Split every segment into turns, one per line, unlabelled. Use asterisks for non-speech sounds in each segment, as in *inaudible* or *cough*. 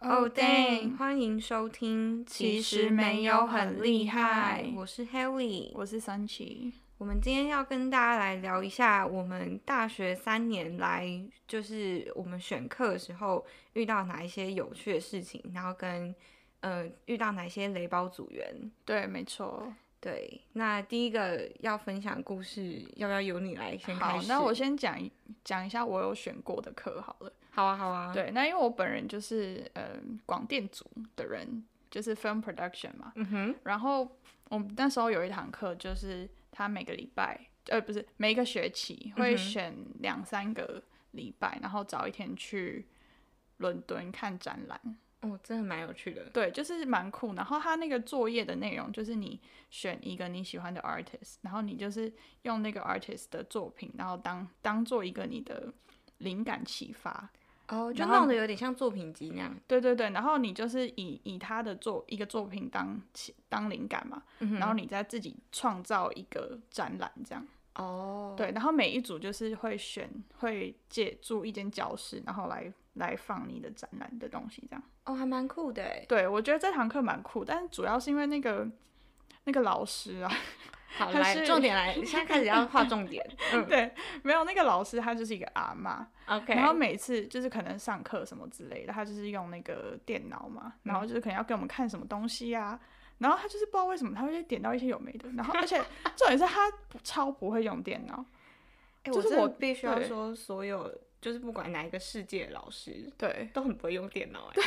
哦定，
哦欢迎收听。
其实没有很厉害
我是 Haley。
我是三七，
我们今天要跟大家来聊一下，我们大学三年来，就是我们选课的时候遇到哪一些有趣的事情，然后跟呃遇到哪些雷包组员。
对，没错。
对，那第一个要分享的故事，要不要由你来先开
好
始？，
那我先讲一讲一下我有选过的课好了。
好啊，好啊。，
对，那因为我本人就是呃广电组的人，就是 film production 嘛。
嗯哼，
然后我们那时候有一堂课，就是他每个礼拜，呃，不是每一个学期
嗯
会
哼
选两三个礼拜，然后找一天去伦敦看展览。
哦，真的蛮有趣的。
对，就是蛮酷。然后他那个作业的内容就是你选一个你喜欢的 artist，然后你就是用那个 artist 的作品，然后当当做一个你的灵感启发。
哦，就
然后
弄得有点像作品集那样。
对对对，然后你就是以以他的作一个作品当起当灵感嘛，
嗯哼
然后你再自己创造一个展览这样。
哦，
对，然后每一组就是会选会借助一间教室，然后来来放你的展览的东西这样。
哦，还蛮酷的诶。
对，我觉得这堂课蛮酷，但是主要是因为那个那个老师啊， *laughs*
好，
他
来，
是
重点来，现在开始要画重点。 *laughs* 嗯
对，没有那个老师他就是一个阿嬷，
，OK。
然后每次就是可能上课什么之类的，他就是用那个电脑嘛，然后就是可能要给我们看什么东西啊。然后他就是不知道为什么他会点到一些有没的，然后而且重点是他不超不会用电脑，
哎
就是
真的
我
必须要
对
说，所有就是不管哪一个世界的老师
对，
都很不会用电脑哎。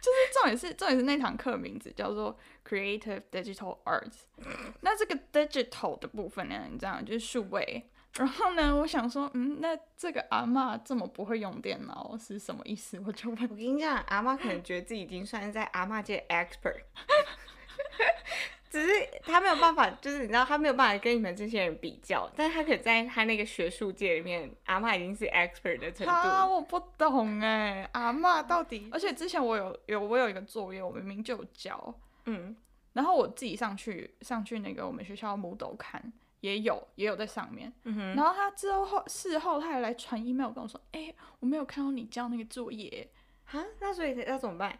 重点是重点是那堂课名字叫做 Creative Digital Arts。那 *laughs* 这个 digital 的部分呢，你知道就是数位。然后呢，我想说，嗯，那这个阿嬷这么不会用电脑是什么意思？我就问，
我跟你讲，阿妈可能觉得自己已经算是在阿妈界 expert，只是他没有办法，就是你知道他没有办法跟你们这些人比较，但是他可在他那个学术界里面，阿妈已经是 expert 的程
啊，
度。
我不懂哎，阿嬷到底？而且之前我有有我有一个作业，我明明就有交，
嗯，
然后我自己上去上去那个我们学校母斗看，也有也有在上面。
嗯哼
然后他之后后事后他还来传 email 跟我说，哎、我没有看到你交那个作业。
啊，那所以要怎么办？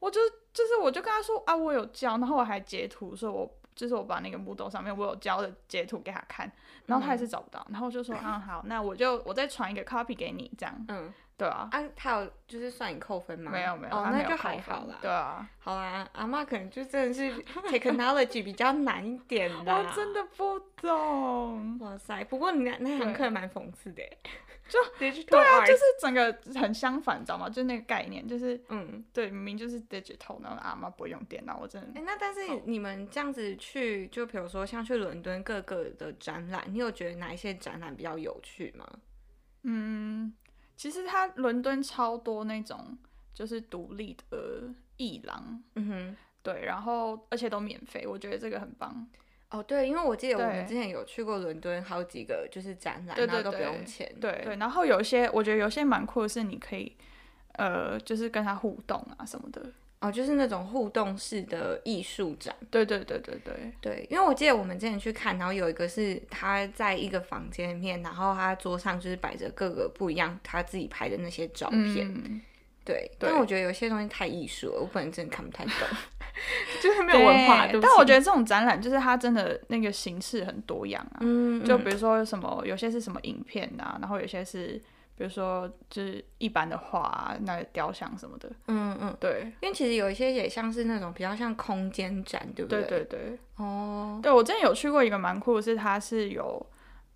我就就是我就跟他说啊，我有交，然后我还截图说我。就是我把那个木豆上面我有交的截图给他看，然后他还
嗯
是找不到，然后我就说啊好，那我就我再传一个 copy 给你，这样
嗯，
对
*laughs*
啊，
啊，他有就是算你扣分吗？
没有没有，
哦
他，没
那
有
就
扣
还
分
好啦。
对啊，
好啦，阿妈可能就真
*laughs*
的是 technology 比较难一点啦。
我哦真的不懂，
哇塞！不过你那那堂
对
课蛮讽刺的耶，
*laughs* 就
digital
对啊，
art，
就是整个很相反，你知道吗？就是那个概念，就是
嗯，
对，明明就是 digital，然后阿妈不会用电脑，我真的
哎、那但是你们这样子去，就比如说像去伦敦各个的展览，你有觉得哪一些展览比较有趣吗？
嗯，其实他伦敦超多那种就是独立的艺廊，
嗯哼，
对，然后而且都免费，我觉得这个很棒。
哦对，因为我记得我们
对
之前有去过伦敦好几个就是展览，
对
然后
对
都不
对
用钱。
对对，然后有一些我觉得有些蛮酷的是，你可以呃，就是跟他互动啊什么的。
哦，就是那种互动式的艺术展。
对对对对对
对，因为我记得我们之前去看，然后有一个是他在一个房间里面，然后他桌上就是摆着各个不一样他自己拍的那些照片。
嗯，
对，
对
但我觉得有些东西太艺术了，我本人真的看
*laughs*
不太懂，就是没有文化。
对
对不
但我
起
觉得这种展览就是它真的那个形式很多样啊，
嗯，
就
嗯
比如说什么有些是什么影片啊，然后有些是比如说就是一般的画、啊、那雕像什么的。
嗯嗯，
对
因为其实有一些也像是那种比较像空间展，对不
对
对
对对，
哦，
对我之前有去过一个蛮酷的是，它是有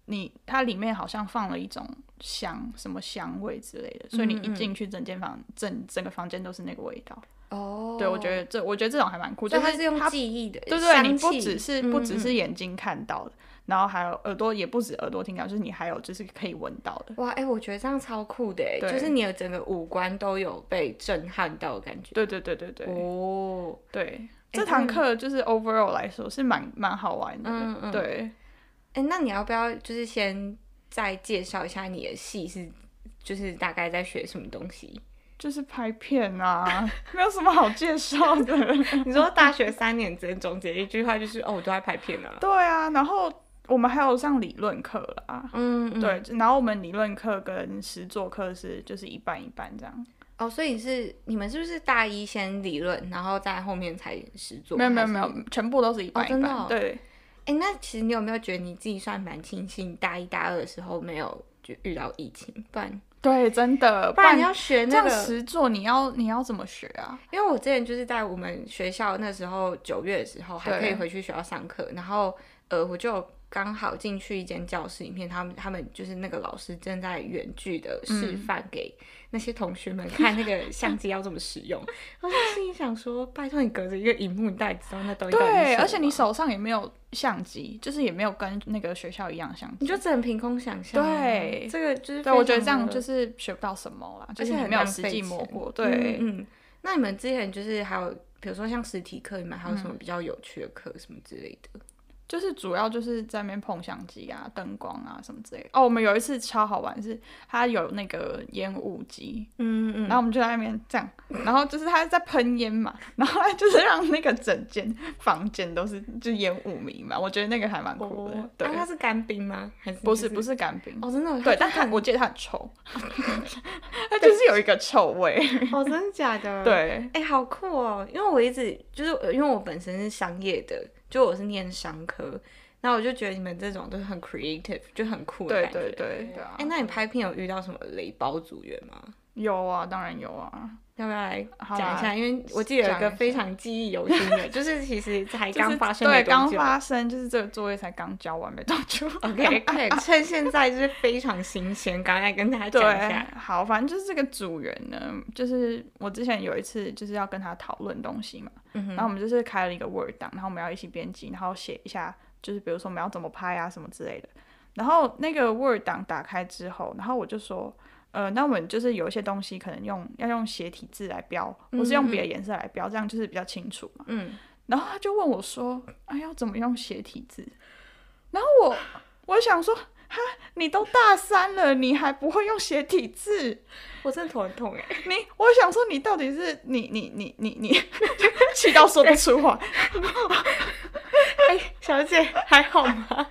你它里面好像放了一种香，什么香味之类的，所以你
嗯
一
嗯
进去整间房整整个房间都是那个味道。
哦，
对我觉，得这我觉得这种还蛮酷，
所
就
以它是用
它
记忆的，
对对，
香
你不
气
只是不只。
嗯嗯
是眼睛看到的，然后还有耳朵也不止耳朵听到，就是你还有就是可以闻到的。
哇，哎、我觉得这样超酷的，哎，
对
就是你的整个五官都有被震撼到的感觉。
对对对对对、
哦，
对，这堂课就是 overall 来说是蛮蛮好玩的。
嗯嗯
对，
哎、那你要不要就是先再介绍一下你的系是，就是大概在学什么东西？ *laughs*
就是拍片啊， *laughs* 没有什么好介绍的。
你说大学三年只能总结一句话就是哦，我都在拍片啊。
对啊，然后我们还有上理论课啦。
*laughs* 嗯，嗯，
对，然后我们理论课跟实作课是就是一半一半这样。
哦，所以是你们是不是大一先理论，然后在后面才实做？
没有没有
还是
没有。，全部都是一半一
真的
半。
哦
对，
哎、那其实你有没有觉得你自己算蛮庆幸大一大二的时候没有就遇到疫情，不然
对，真的，
不然你要学
这
那
样
个，
实做，你要你要怎么学啊？
因为我之前就是在我们学校那时候九月的时候还可以
对
回去学校上课，然后呃我就刚好进去一间教室里面，他们他们就是那个老师正在远距的
嗯
示范给那些同学们看那个相机要怎么使
*laughs*
用，我就心里想说，拜托你隔着一个荧幕，你到底知道那东西到底是
对，
什么
而且你
吗
手上也没有相机，就是也没有跟那个学校一样相机。
你就只能凭空想象啊、
对
这个就是
对，我觉得这样
是。
就是学不到什么啦，就
啊而
是
且
你
很
没有
浪
实
费
际摸
钱
过。对，
嗯，嗯那你们之前就是还有，比如说像实体课，你们还有什
嗯
么比较有趣的课什么之类的？
就是主要就是在那边碰相机啊、灯光啊什么之类的。哦，我们有一次超好玩，是它有那个烟雾机，
嗯嗯
然后我们就在那边这样，然后就是他在喷烟嘛，然后他就是让那个整间房间都是就烟雾弥漫，我觉得那个还蛮酷的。
哦，
对，
啊它是干冰吗？还是
不是不
是？
是干冰，
哦，真的，
对，
它
但
就
它我记得它很臭， *laughs* 它就是有一个臭味。
哦，真的假
*laughs*
的？，
对，
哎、好酷哦！因为我一直就是因为我本身是商业的，就我是念商科，那我就觉得你们这种都是很 creative，就很酷的
对
感觉。
对对对啊
哎、，那你拍片有遇到什么雷包组员吗？
有啊，当然有啊。
要不要来
好
讲
啦
一下？因为我记得有一
讲
个
一下
非常记忆犹
*laughs*
新的，就是其实才
就是
刚发生没
对，
多
刚
久
发生就是这个作业才刚交完没多久。
OK，快
*laughs*
趁现在就是非常新鲜，赶快跟大家讲一
对
下。，
好，反正就是这个组员呢，就是我之前有一次就是要跟他讨论东西嘛，
嗯
然后我们就是开了一个 Word 档，然后我们要一起编辑，然后写一下，就是比如说我们要怎么拍啊什么之类的。然后那个 Word 档打开之后，然后我就说，呃，那我们就是有一些东西可能用要用斜体字来标，或是用别的颜色来标，这样就是比较清楚嘛。
嗯，
然后他就问我说：“哎，要怎么用斜体字？”然后我我想说：“哈，你都大三了，你还不会用斜体字？
我真的头很痛哎、
你我想说你到底是你你你你你 *laughs* 气到说不出
*laughs*
话。
哎、小姐还好 *laughs* 吗？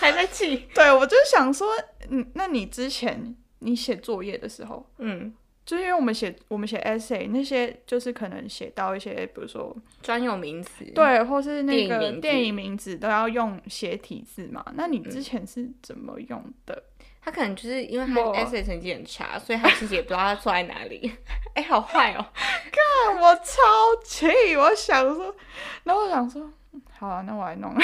还在气？
对我就是想说，嗯，那你之前你写作业的时候，
嗯，
就是因为我们写我们写 essay 那些，就是可能写到一些，比如说
专有名词。，
对，或是
嗯电
那
影
个
名
电
字
影名字都要用斜体字嘛。那你
嗯
之前是怎么用的？
他可能就是因为他
我
essay 成绩很差，所以他自己也不知道他错在哪 *laughs* 里。哎、好坏哦！
我超气，我想说，然后我想说，嗯好啊，那我来弄了。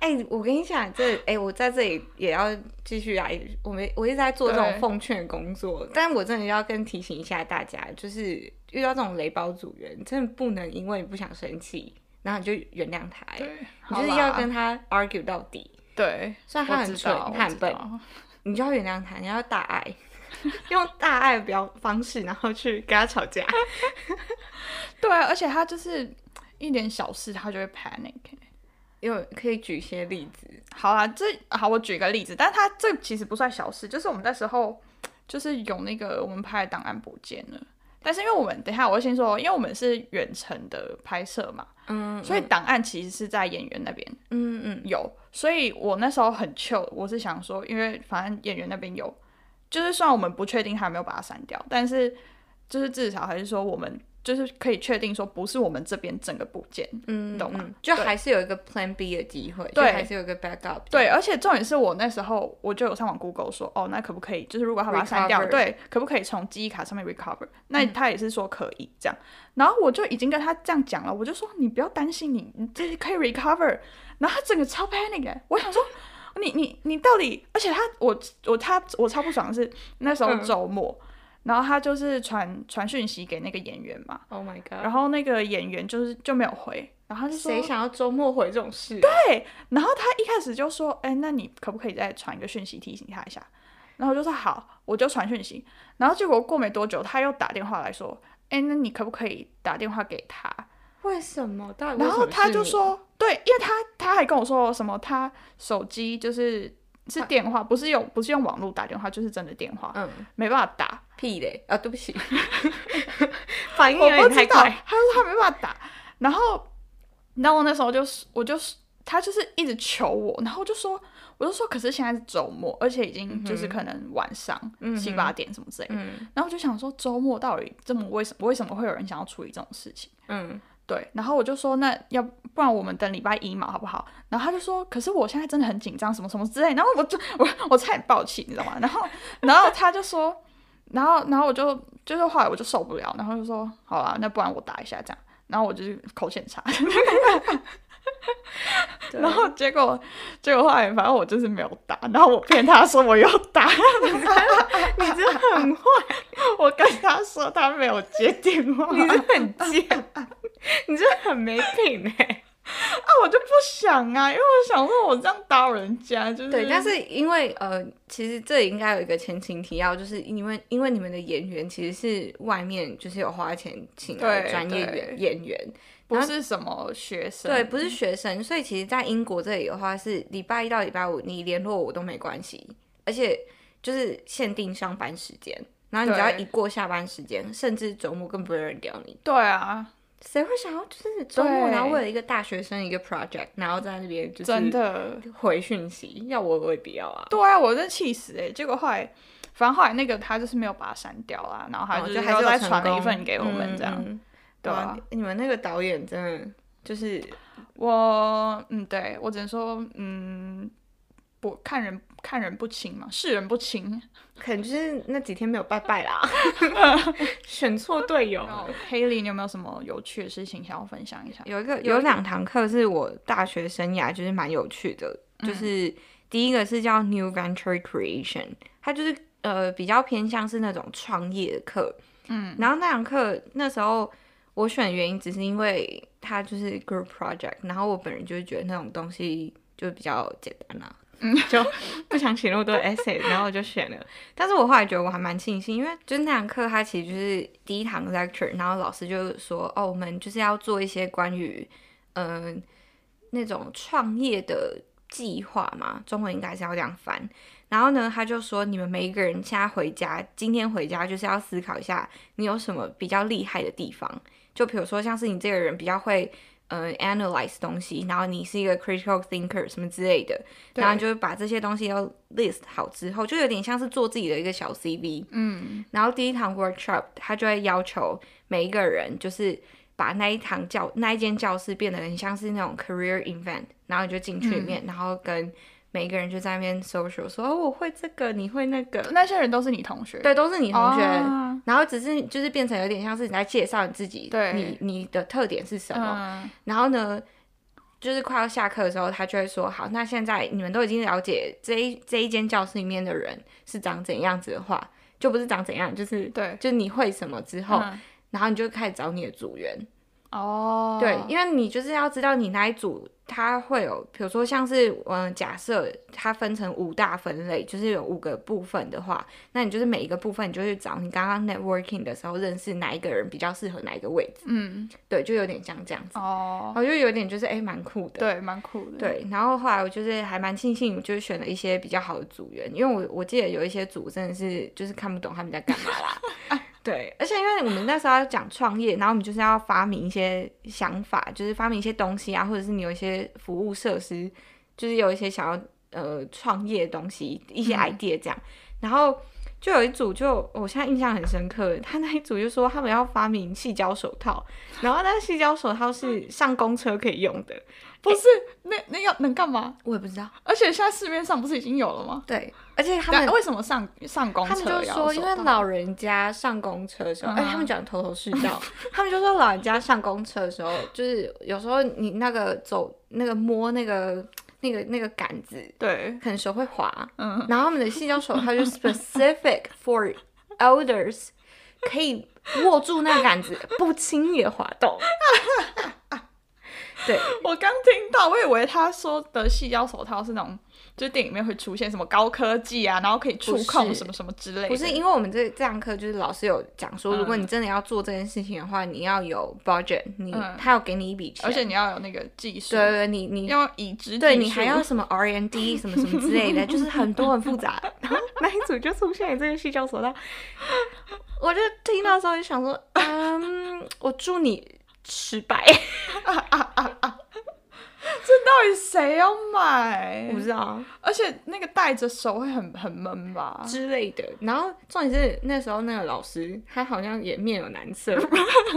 哎、我跟你讲，这哎、我在这里也要继续来，我们我一直在做这种
对
奉劝工作，但我真的要跟提醒一下大家，就是遇到这种雷包组员，真的不能因为不想生气，然后你就原谅他、哎，你
好
就是
啦
要跟他 argue 到底。
对，
虽然他
我
很
知
蠢，
道，
他
我
很
知
笨，
道。
你就要原谅他，你要大爱， *laughs* 用大爱的表方式，然后去跟他吵架。
对啊，而且他就是一点小事他就会 panic。
有可以举一些例子，
好啦，这好，我举个例子，但他这其实不算小事，就是我们那时候就是有那个我们拍的档案不见了，但是因为我们等一下我会先说，因为我们是远程的拍摄嘛，
嗯
所以档案其实是在演员那边。
嗯嗯，
有，所以我那时候很 chill，我是想说，因为反正演员那边有，就是虽然我们不确定他有没有把它删掉，但是就是至少还是说我们就是可以确定说不是我们这边整个部件。
嗯，
懂吗
嗯就
对
还是有一个 Plan B 的机会，就
对
还是有一个 backup。
对，而且重点是我那时候我就有上网 Google 说，哦，那可不可以，就是如果他把它删掉
Recover 嗯
对，可不可以从记忆卡上面 recover？那他也是说可以这样，然后我就已经跟他这样讲了，我就说你不要担心你，你这可以 recover。然后他整个超 panic，欸我想说。你你你到底？而且他我我他我超不爽的是那时候
嗯
周末，然后他就是传传讯息给那个演员嘛，
Oh my god！
然后那个演员就是就没有回，然后他就说
谁想要周末回这种事？
然后他一开始就说：“哎、那你可不可以再传一个讯息提醒他一下？”然后我就说：“好，我就传讯息。”然后结果过没多久，他又打电话来说：“哎、那你可不可以打电话给他
为什么？到？”底为
然
什
后
么
他
是
就
你，
说：“对，因为他他还跟我说什么，他手机就是是电话，不是用不是用网络打电话，就是真的电话，
嗯，
没办法打。
屁嘞！啊，对不起， *laughs* 反应有
我不
点
知
太
道，
快。
他说他没办法打。然后，然后我那时候就是我就是他就是一直求我，然后就说，我就说，可是现在是周末，而且已经就是可能晚上七八点什么之类的，
嗯
然后我就想说，周末到底这么为什么为什么会有人想要处理这种事情？
嗯，
对，然后我就说，那要不然我们等礼拜一嘛，好不好？然后他就说，可是我现在真的很紧张，什么什么之类。然后我就我我差点爆气，你知道吗？然后然后他就说，然后然后我就就是后来我就受不了，然后就说，好啦，那不然我打一下这样。然后我就是口检查，*laughs*
对
然后结果结果后来反正我就是没有打，然后我骗他说我有打，
你真的 *laughs* 很坏，
我跟他说他没有接电话，
你真的很贱， *laughs* 你真的很没品哎、
啊我就不想啊，因为我想说我这样打扰人家就是
对，但是因为呃，其实这里应该有一个前情提要，就是因为因为你们的演员其实是外面就是有花钱请来的
对
专业
对
演演员，
不是什么学生，
对，不是学生，所以其实，在英国这里的话，是礼拜一到礼拜五你联络我都没关系，而且就是限定上班时间，然后你只要
对
一过下班时间，甚至周末更不会有人聊你，
对啊，
谁会想要就是周末
对
然后为了一个大学生一个 project，然后在那边就是
真的，
回讯息，要我我也不要啊。
对啊，我真的气死哎、欸！结果后来，反正后来那个他就是没有把它删掉啦，然后他
哦
是
还是
又
有
再
成
传了一
功
份给我们这样。
嗯嗯嗯
对啊
哇你们那个导演真的就是
我嗯，对我只能说嗯，不看人看人不清嘛，视人不清，
可能就是那几天没有拜拜啦， *laughs* 选错队友
然后 Haley，你有没有什么有趣的事情想要分享一下？
有一个有两堂课是我大学生涯就是蛮有趣的，就是第一个是叫 New Venture Creation，它就是呃比较偏向是那种创业的课，
嗯，
然后那堂课那时候我选的原因只是因为它就是 group project，然后我本人就是觉得那种东西就比较简单啦、嗯，就不想写那么多 essay，然后我就选了。但是我后来觉得我还蛮庆幸，因为就是那堂课它其实就是第一堂 lecture，然后老师就说哦，我们就是要做一些关于嗯、呃那种创业的计划嘛，中文应该是要这样翻。然后呢，他就说你们每一个人现在回家，今天回家就是要思考一下你有什么比较厉害的地方，就比如说像是你这个人比较会。呃，analyze 东西，然后你是一个 critical thinker 什么之类的，
对
然后就是把这些东西都 list 好之后，就有点像是做自己的一个小 CV。
嗯，
然后第一堂 workshop，他就会要求每一个人就是把那一堂教那一间教室变得很像是那种 career event，然后你就进去里面，
嗯
然后跟每一个人就在那边 social 说哦我会这个，你会那个，
那些人都是你同学，
对，都是你同学。
哦
然后只是就是变成有点像是你在介绍你自己，
对
你你的特点是什么，
嗯，
然后呢，就是快要下课的时候，他就会说：“好，那现在你们都已经了解这一这一间教室里面的人是长怎样子的话，就不是长怎样，就是
对，
就你会什么之后，
嗯
然后你就开始找你的组员。
哦，
对，因为你就是要知道你那一组它会有，比如说像是嗯，假设它分成五大分类，就是有五个部分的话，那你就是每一个部分你就去找你刚刚 networking 的时候认识哪一个人比较适合哪一个位置。
嗯，
对，就有点像这样子。
哦，
我就有点就是哎，蛮、酷的。
对，蛮酷的，，
对，然后后来我就是还蛮庆幸，就是选了一些比较好的组员，因为我我记得有一些组真的是就是看不懂他们在干嘛啦。 *laughs* 对，而且因为我们那时候要讲创业，然后我们就是要发明一些想法，就是发明一些东西啊，或者是你有一些服务设施，就是有一些想要呃创业的东西，一些
嗯
idea 这样。然后就有一组就我现在印象很深刻，他那一组就说他们要发明细胶手套，然后那个细胶手套是上公车可以用的，
不是那那要能干嘛？
我也不知道。
而且现在市面上不是已经有了吗？
对，而且他
对啊
们
为什么上上公
他们
车
就
要手
说，因为
套
老人家上公车的时候，
嗯
哎、他们讲得头头是道， *laughs* 他们就说老人家上公车的时候，就是有时候你那个走那个摸那个那个那个杆子，
对，
可能手会滑，
嗯， *laughs*
然后他们的细胶手套就 specific for elders，可以握住那个杆子，不轻易的滑动。 *laughs* 对，
我刚听到，我以为他说的细腰手套是那种，就是电影里面会出现什么高科技啊，然后可以触
不
控
是
什么什么之类的。嗯
不是，因为我们这这堂课就是老师有讲说，如果你真的要做这件事情的话，你要有 budget，你、
嗯
他要给你一笔钱，
而且你要有那个技术，
对对对，你你
要已知
对
技
你还
术
要什么 R N
*laughs*
D 什么什么之类的，就是很多很复杂。然后那一组就出现了这个细
*laughs*
胶手套，我就听到的时候就想说，嗯，我祝你失败。
到底谁要买嗯
我？不知道啊
而且那个戴着手会很很闷吧？
之类的。然后重点是那时候那个老师他好像也面有
*laughs*
难色，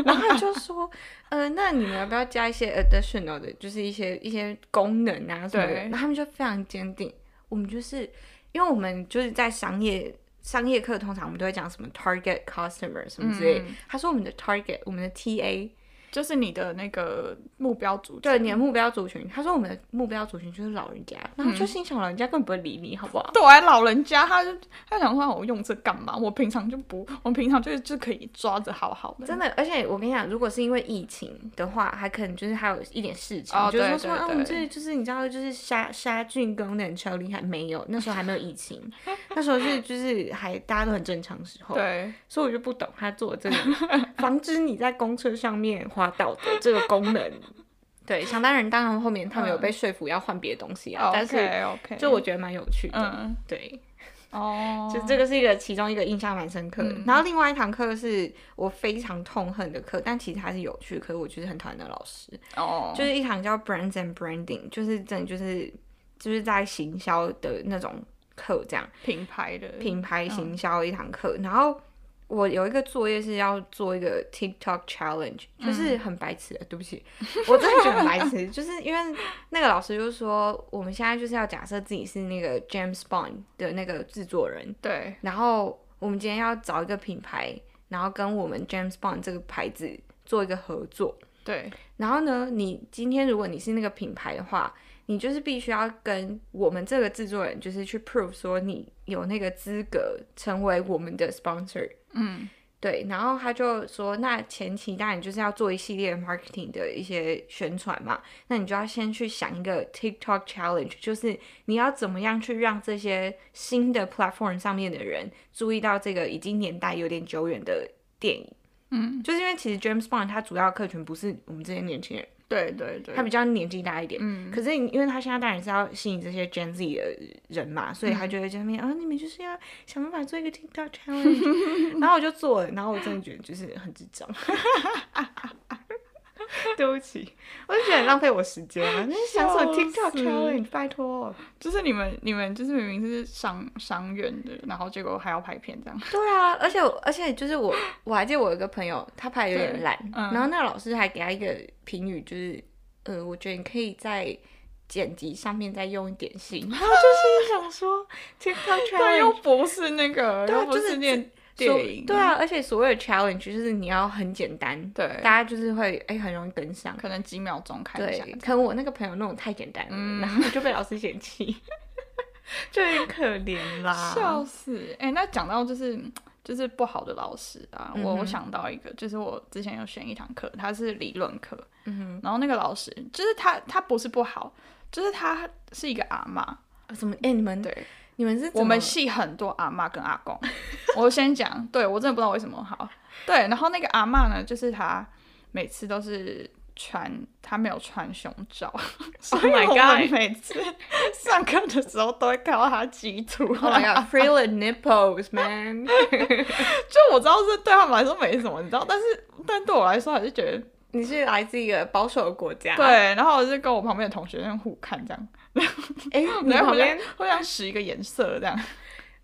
然后他就说，呃，那你们要不要加一些 additional 的，就是一些一些功能啊什么的？
对
然后他们就非常坚定，我们就是因为我们就是在商业。商业课通常我们都会讲什么 target customer 什么之类的，
嗯
他说我们的 target 我们的 TA
就是你的那个目标组
对你的目标族群，他说我们的目标族群就是老人家，然
嗯
后就心想老人家根本不会理你，好不好？
对，还老人家，他就他想说我用这干嘛？我平常就不，我平常就就可以抓着好好的。
真的，而且我跟你讲，如果是因为疫情的话，还可能就是还有一点事情，
哦
就是说
对
什
对
么啊，我们这
对
里就是你知道，就是杀杀菌功能超厉害，没有，那时候还没有疫 *laughs* 情，那时候是就是还大家都很正常的时候，
对，
所以我就不懂他做这个防止你在公车上面滑倒的这个功能。 *laughs* 嗯对，想当然，当然后面他们有被说服要换别的东西啊，但是
OK OK，
就我觉得蛮有趣的，
嗯
对。
哦，嗯
就这个是一个其中一个印象蛮深刻的。然后另外一堂课是我非常痛恨的课，但其实它是有趣，可是我就是很讨厌的老师，
哦，
就是一堂叫 Brands and Branding，就是真的就是就是在行销的那种课，这样
品牌的
品牌
嗯
行销一堂课。然后我有一个作业是要做一个 TikTok challenge，就是
嗯
很白痴啊的，对不起，我真的觉得很白痴，就是因为那个老师就说我们现在就是要假设自己是那个 James Bond 的那个制作人。
对
然后我们今天要找一个品牌，然后跟我们 James Bond 这个牌子做一个合作。
对
然后呢，你今天如果你是那个品牌的话，你就是必须要跟我们这个制作人，就是去 prove 说你有那个资格成为我们的 sponsor。
嗯
对，然后他就说，那前期当然就是要做一系列 marketing 的一些宣传嘛，那你就要先去想一个 TikTok challenge，就是你要怎么样去让这些新的 platform 上面的人注意到这个已经年代有点久远的电影，
嗯，
就是因为其实 James Bond 他主要客群不是我们这些年轻人，
对对对，
他比较年纪大一点，
嗯
可是因为他现在当然是要吸引这些 Gen Z 的人嘛，所以他就会在那边啊，你们就是要想办法做一个 TikTok challenge，然后我 *laughs* 就做了，然后我真的觉得就是很智障，对不起， *laughs* 我就觉得很浪费我时间啊，那想什么
笑死
TikTok challenge，拜托，
就是你们你们就是明明是商商院的，然后结果还要拍片这样，
对啊，而且我而且就是我我还记得我有一个朋友，他拍的有点
对
烂，
嗯
然后那个老师还给他一个评语，就是呃，我觉得你可以在剪辑上面再用一点 *laughs* 心，然后就是想说 TikTok *laughs*
对， *laughs* 又
challenge
不是那个，
对啊
又不
就是
是练
所
电影，
对啊，而且所谓的 challenge 就是你要很简单，大
对，
家就是会哎、很容易跟上。
可能几秒钟看一下
对，可能我那个朋友那种太简单了，
嗯
然后就被老师嫌弃， *laughs* 就有点可怜啦。
*laughs* 笑死！哎、那讲到就是就是不好的老师啊，我
嗯
我
哼
想到一个，就是我之前有选一堂课，它是理论课，
嗯
然后那个老师就是他，他不是不好，就是他是一个阿嬷。
哼，怎么哎、你们
对，
你们是怎
我们
么
系很多阿嬷跟阿公。 *laughs* 我先讲，对我真的不知道为什么好。对，然后那个阿嬷呢，就是她每次都是穿，她没有穿胸罩 *laughs* 所以
Oh my
我们
God
每次 *laughs* 上课的时候都会看到她挤出
Oh
来
my
*laughs*
god, free the nipples, man！ *laughs*
就我知道是对他们来说没什么，你知道，但是但对我来说还是觉得
你是来自一个保守的国家，
对，。然后我就跟我旁边的同学那样互看这样，
哎、
*laughs*
你
然后
旁
互相
边
互相使一个眼色这样。 *laughs*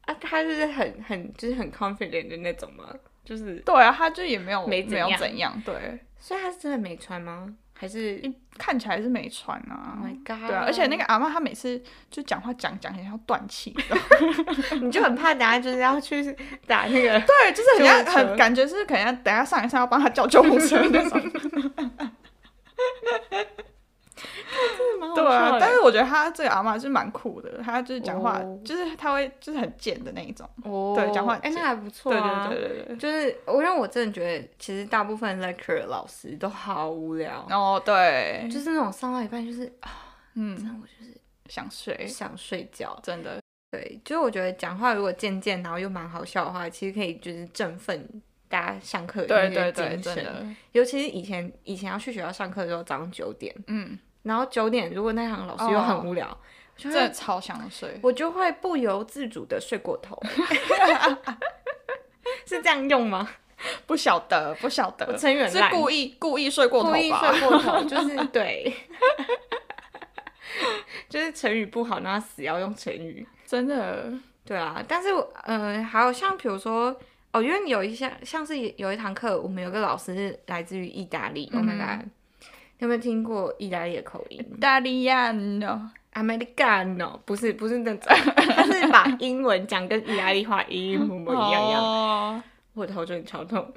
啊，他就是很很就是很 confident 的那种吗？就是，
对啊，他就也没有
没怎
没有
样
怎样，对，
所以他是真的没穿吗？还是
一看起来是没穿啊
Oh。my god！
对啊，而且那个阿妈她每次就讲话讲讲，很像要断气，然后
个你就很怕，等下就是要去打那个，
*laughs* 对， *laughs* 就是很像
救护车
很感觉是可能要等一下上一上要帮她叫救护车那 *laughs* 种。对啊，但是我觉得她这个阿妈是蛮酷的，她就是讲话、
哦
就是她会就是很贱的那一种。
哦，
对讲话很
哎、那
贱
还不错
对
啊。
对对对对。
就是我，因为我真的觉得，其实大部分 lecture 老师都好无聊，
哦，对，
就是那种上到一半就是啊，真
嗯，
的我就是
想睡，
想睡觉。
真的，
对，就是我觉得讲话如果渐渐，然后又蛮好笑的话，其实可以就是振奋大家上课的
对
那
对
些
对，
精
真
神。
的，
尤其是以前以前要去学校上课的时候，早上九点，
嗯，
然后九点如果那堂老师又
哦
很无聊，我就
真的
会
超想睡。
我就会不由自主的睡过头。 *laughs* 是这样用吗？
不晓得，不晓得，
*laughs* 我撑远
是
烂
故意故意睡过头
故意 *laughs*
吧？
睡过头，就是对。就是成语不好，然后死要用成语。
真的，
对啊，但是我呃，还有像比如说哦，因为有一些像是有一堂课，我们有个老师是来自于意大利、o h my
嗯
god，你有没有听过意大利的口音
大利亚呢？
？Americano 不是不是那种， *laughs* 他是把英文讲跟意大利话一一模模一样一样。
样。
我头就很超痛，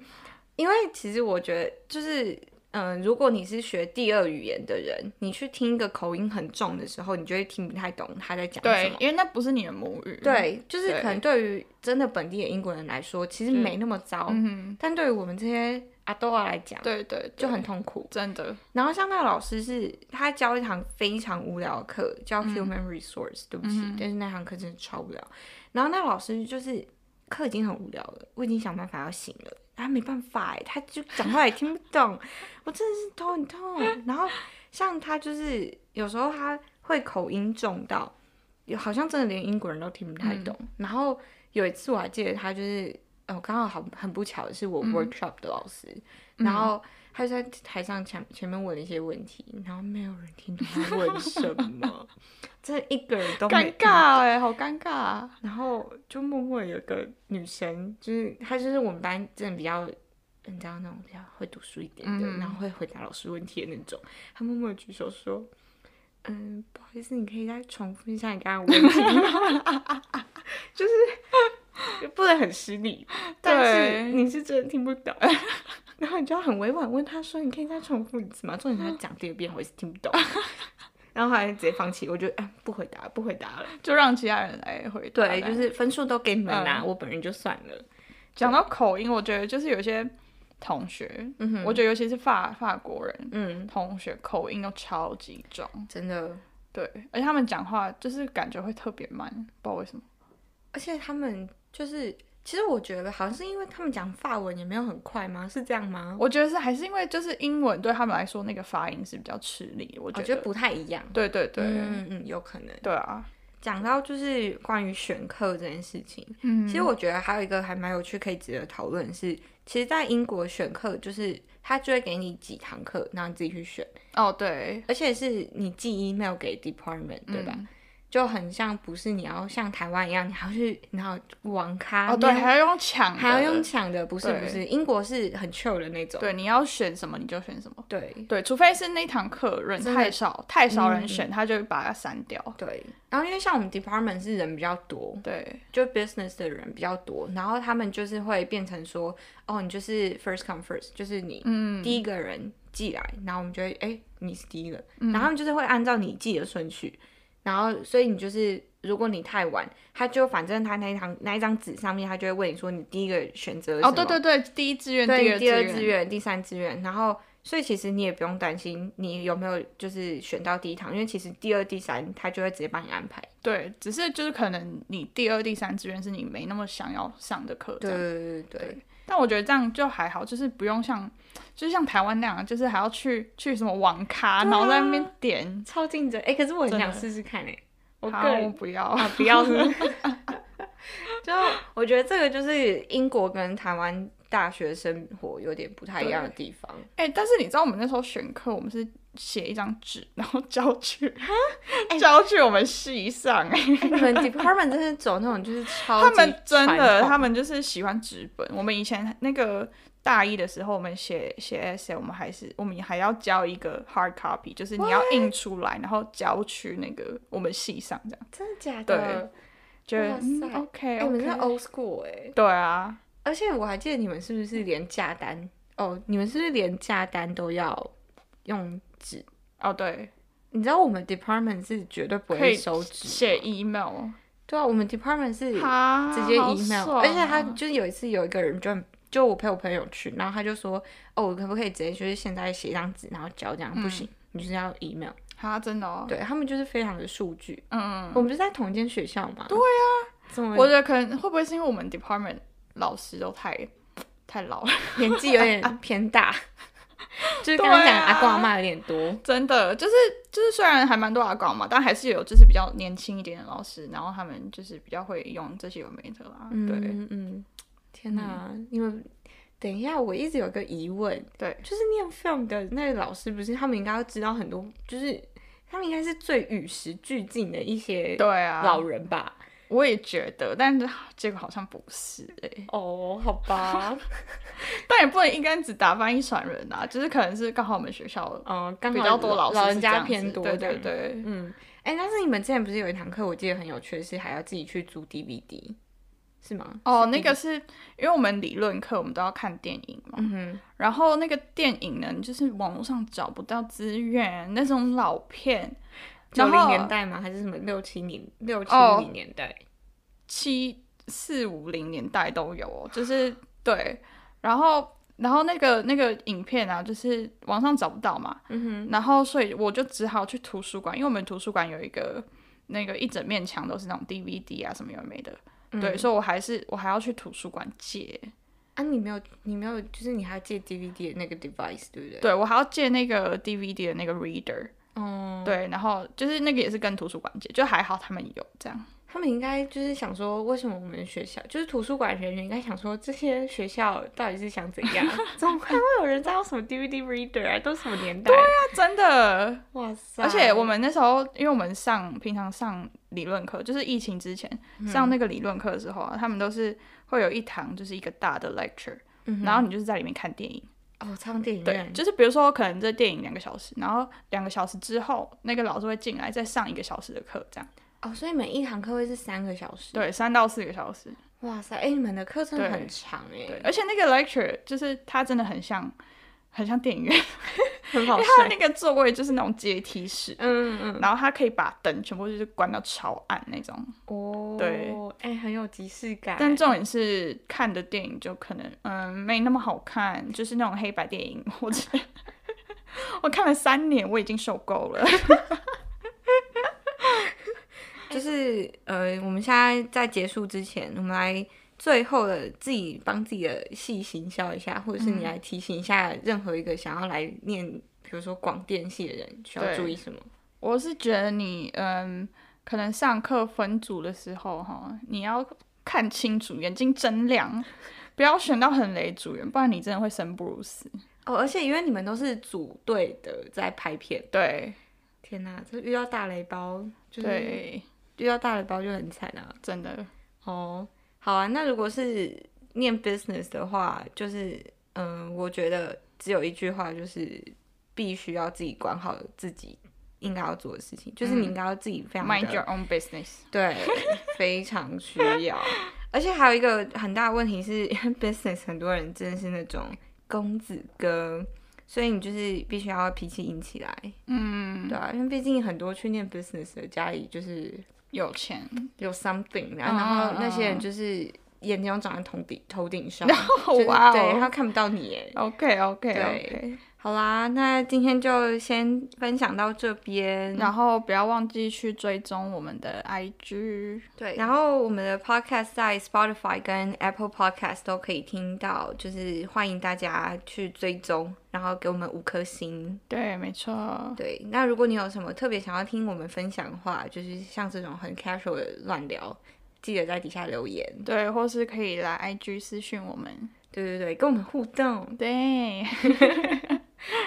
因为其实我觉得就是，嗯、如果你是学第二语言的人，你去听一个口音很重的时候，你就会听不太懂他在讲什
对
么，。
因为那不是你的母语。，
对，就是
对
可能对于真的本地的英国人来说，其实
是
没那么糟，
嗯
但对于我们这些阿多啊来讲，
哼，对对，对
就很痛苦。
真的。
然后像那个老师是，他教一堂非常无聊的课，叫 Human Resource，、对不起，
嗯
但是那堂课真的超无聊。然后那老师就是课已经很无聊了，我已经想办法要醒了，他没办法哎，他就讲话也听不懂， *laughs* 我真的是头很痛。然后像他就是有时候他会口音重到，有好像真的连英国人都听不太
嗯
懂。然后有一次我还记得他就是，哦，刚好好很不巧的是我
嗯
workshop 的老师，然后他就在台上前前面问了一些问题，然后没有人听懂他问
*laughs*
什么，真的一个人都没嗯
尴尬哎、好尴尬啊、
然后就默默有个女生，就是她就是我们班真的比较，你知道那种比较会读书一点的，
嗯
然后会回答老师问题的那种，她默默举手说：“嗯，不好意思，你可以再重复一下你刚刚的问题吗， *laughs* 就是不能很失礼，但是
对
你是真的听不懂。” *laughs* 然后你就要很委婉问她说：“你可以再重复一次吗？”重点她讲第二遍，我也是听不懂。 *laughs* 然后后来直接放弃，我就哎不回答，不回答了。
就让其他人来回答吧。
对，就是分数都给你们啦，
嗯
我本人就算了。
讲到口音，我觉得就是有些同学，
嗯哼
我觉得尤其是法法国人
嗯，
同学，口音都超级重。
真的，
对，而且他们讲话就是感觉会特别慢，不知道为什么。
而且他们就是，其实我觉得好像是因为他们讲法文也没有很快吗？是这样吗？
我觉得是还是因为就是英文对他们来说那个发音是比较吃力，我
我
觉
觉
得。
得不太一样。
对对对、
哦嗯嗯，有可能。
对啊，
讲到就是关于选课这件事情，
嗯，
其实我觉得还有一个还蛮有趣可以值得讨论的是，其实，在英国选课就是他就会给你几堂课，然后你自己去选，
哦对，
而且是你寄 email 给 department 对吧？
嗯
就很像不是你要像台湾一样，你还要去你要网咖
哦对，
面
还要用抢的，
嗯还要用抢的，不是
对
不是，英国是很 chill 的那种。
对，你要选什么你就选什么。
对
对，除非是那堂课人
真的
太少，太少
嗯
人选，他就会把它删掉。
对，然后因为像我们 department 是人比较多，
对，
就 business 的人比较多，然后他们就是会变成说，哦，你就是 first come first，就是你
嗯，
第一个人寄来，然后我们就会，哎、你是第一个，
嗯
然后他们就是会按照你寄的顺序，然后所以你就是，如果你太晚，他就反正他那一堂那一张纸上面，他就会问你说你第一个选择是
哦，
什
对
么
对对，第一志愿，
对，
二
第二
志
志，愿、第三志愿，然后所以其实你也不用担心你有没有就是选到第一堂，因为其实第二、第三他就会直接帮你安排。
对，只是就是可能你第二、第三志愿是你没那么想要上的课，这
对
样。
对对对
但我觉得这样就还好，就是不用像，就是像台湾那样，就是还要去去什么网咖，
啊
然后在那边点。
超竞争哎、诶可是我很
真的
想试试看哎、我
好，
个
我
*laughs* 人
不要。
啊不要是不是就我觉得这个就是英国跟台湾大学生活有点不太一样的地方， *laughs*
哎、但是你知道我们那时候选课，我们是写一张纸，然后交去， *laughs*
哎
交去我们系上、哎。
诶你们 department 真的走那种就是超
他
级
们真
传
的，
统
他们就是喜欢纸本。我们以前那个大一的时候，我们写写 essay，我们还是我们还要交一个 hard copy，就是你要印出来，然后交去那个我们系上，这样
真的假
对
的？
觉得、嗯
哇塞
OK，,
哎、
OK
我们是 old school 哎、
对啊，
而且我还记得你们是不是连价单哦？你们是不是连价单都要用纸？
哦对，
你知道我们 department 是绝对不
可
会
以
收纸吗，
写 email，
对啊，我们 department 是
他
直接 email，、而且他
他
就是有一次有一个人就很就我陪我朋友去，然后他就说哦，我可不可以直接就是现在写一张纸，然后交这样？不行，你就是要 email。
他真的、哦，
对他们就是非常的数据，
嗯，
我们就在同一间学校嘛。对啊，怎么
我觉得可能会不会是因为我们 department 老师都太太老了。 *laughs*
年纪有点偏大？ *laughs* 就是
对
刚刚
啊
讲的阿公阿妈有点多。
真的，就是就是，虽然还蛮多阿广嘛，但还是有就是比较年轻一点的老师，然后他们就是比较会用这些有没的啦。对嗯
嗯嗯，天哪！你们等一下，我一直有个疑问，
对，
就是念 film 的那个老师，不是他们应该要知道很多，就是他们应该是最与时俱进的一些
对啊，
老人
*laughs*
吧？
我也觉得，但是啊结果好像不是哎、
哦，好 *laughs* 吧，
但也不能一竿子打翻一船人啊，就是可能是刚好我们学校
嗯，刚好
比较多
老
师
老
老
人家偏多，
对对
这样，
对，
嗯，哎、但是你们之前不是有一堂课，我记得很有趣，是还要自己去租 DVD，是吗？
哦，
是
那
DVD
个，是因为我们理论课我们都要看电影嘛，
嗯哼，
然后那个电影呢，就是网络上找不到资源，那种老片，
九
然
零
后
年代吗？还是什么六七年六七
哦
零年代？
七四五零年代都有哦，就是对，然后然后那个那个影片啊，就是网上找不到嘛，
嗯
然后所以我就只好去图书馆，因为我们图书馆有一个那个一整面墙都是那种 DVD 啊什么有的没的，
哼，
对，
嗯
所以我还是我还要去图书馆借，
啊，你没有，你没有，就是你还要借 DVD 的那个 device，对不对？，
对我还要借那个 DVD 的那个 reader，
哦、
对，然后就是那个也是跟图书馆借，就还好他们有这样。
他们应该就是想说，为什么我们学校就是图书馆人员应该想说，这些学校到底是想怎
*laughs*
样？怎么还会有人在用什么 DVD reader 啊？都什么年代？对啊，
那真的，
哇塞！
而且我们那时候，因为我们上平常上理论课，就是疫情之前上那个理论课的时候啊，他们都是会有一堂就是一个大的 lecture，、
嗯哼，
然后你就是在里面看电影。
哦，唱电影
对
院，，
就是比如说可能这电影两个小时，然后两个小时之后那个老师会进来再上一个小时的课，这样。
哦，所以每一堂课会是三个小时。，
对，三到四个小时。
哇塞，哎、你们的课程
对
很长哎、
对，而且那个 lecture 就是它真的很像很像电影院，
很好
它
睡。
那个座位就是那种阶梯式。
嗯嗯，
然后它可以把灯全部就是关到超暗那种。
哦，
对，
哎、很有即视感。
但重点是看的电影就可能嗯没那么好看，就是那种黑白电影，我觉得 *laughs* 我看了三年，我已经受够了。 *laughs*
就是呃，我们现在在结束之前，我们来最后的自己帮自己的系行销一下，或者是
嗯
你来提醒一下任何一个想要来念，比如说广电系的人需要
对
注意什么？
我是觉得你嗯，可能上课分组的时候哈，你要看清楚，眼睛睁亮，不要选到很雷组员，不然你真的会生不如死。
哦，而且因为你们都是组队的在拍片，
对
天哪、这遇到大雷包，就是
对，
遇到大雷包就很惨啊。
真的
哦，好啊，那如果是念 business 的话，就是嗯，我觉得只有一句话，就是必须要自己管好自己应该要做的事情，就是你应该要自己非
嗯
常
，mind
的、
your own business。 *laughs*
对，非常需要。而且还有一个很大的问题是 *laughs* ，business 很多人真的是那种公子哥，所以你就是必须要脾气硬起来，
嗯
对，啊，因为毕竟很多去念 business 的家里就是
有钱，
有 something，然
嗯
后然后
嗯
那些
嗯
人就是眼睛要长在头顶头顶 *laughs* 上，
好
就是
哇
对，他
哦。
看不到你耶。
OK OK
对
OK，
好啦，那今天就先分享到这边。
嗯然后不要忘记去追踪我们的 IG。
对，然后我们的 podcast 在 Spotify 跟 Apple Podcast 都可以听到，就是欢迎大家去追踪，然后给我们五颗星。
对，没错。
对，那如果你有什么特别想要听我们分享的话，就是像这种很 casual 的乱聊，记得在底下留言。
对，或是可以来 IG 私讯我们。
对对对，跟我们互动。 *laughs*
对，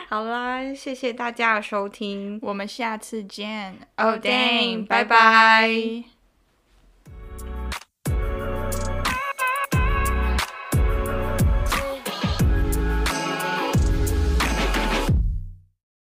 好啦，谢谢大家的收听。
我们下次见。
Oh
Oh
dang，
dang，拜
拜拜
拜。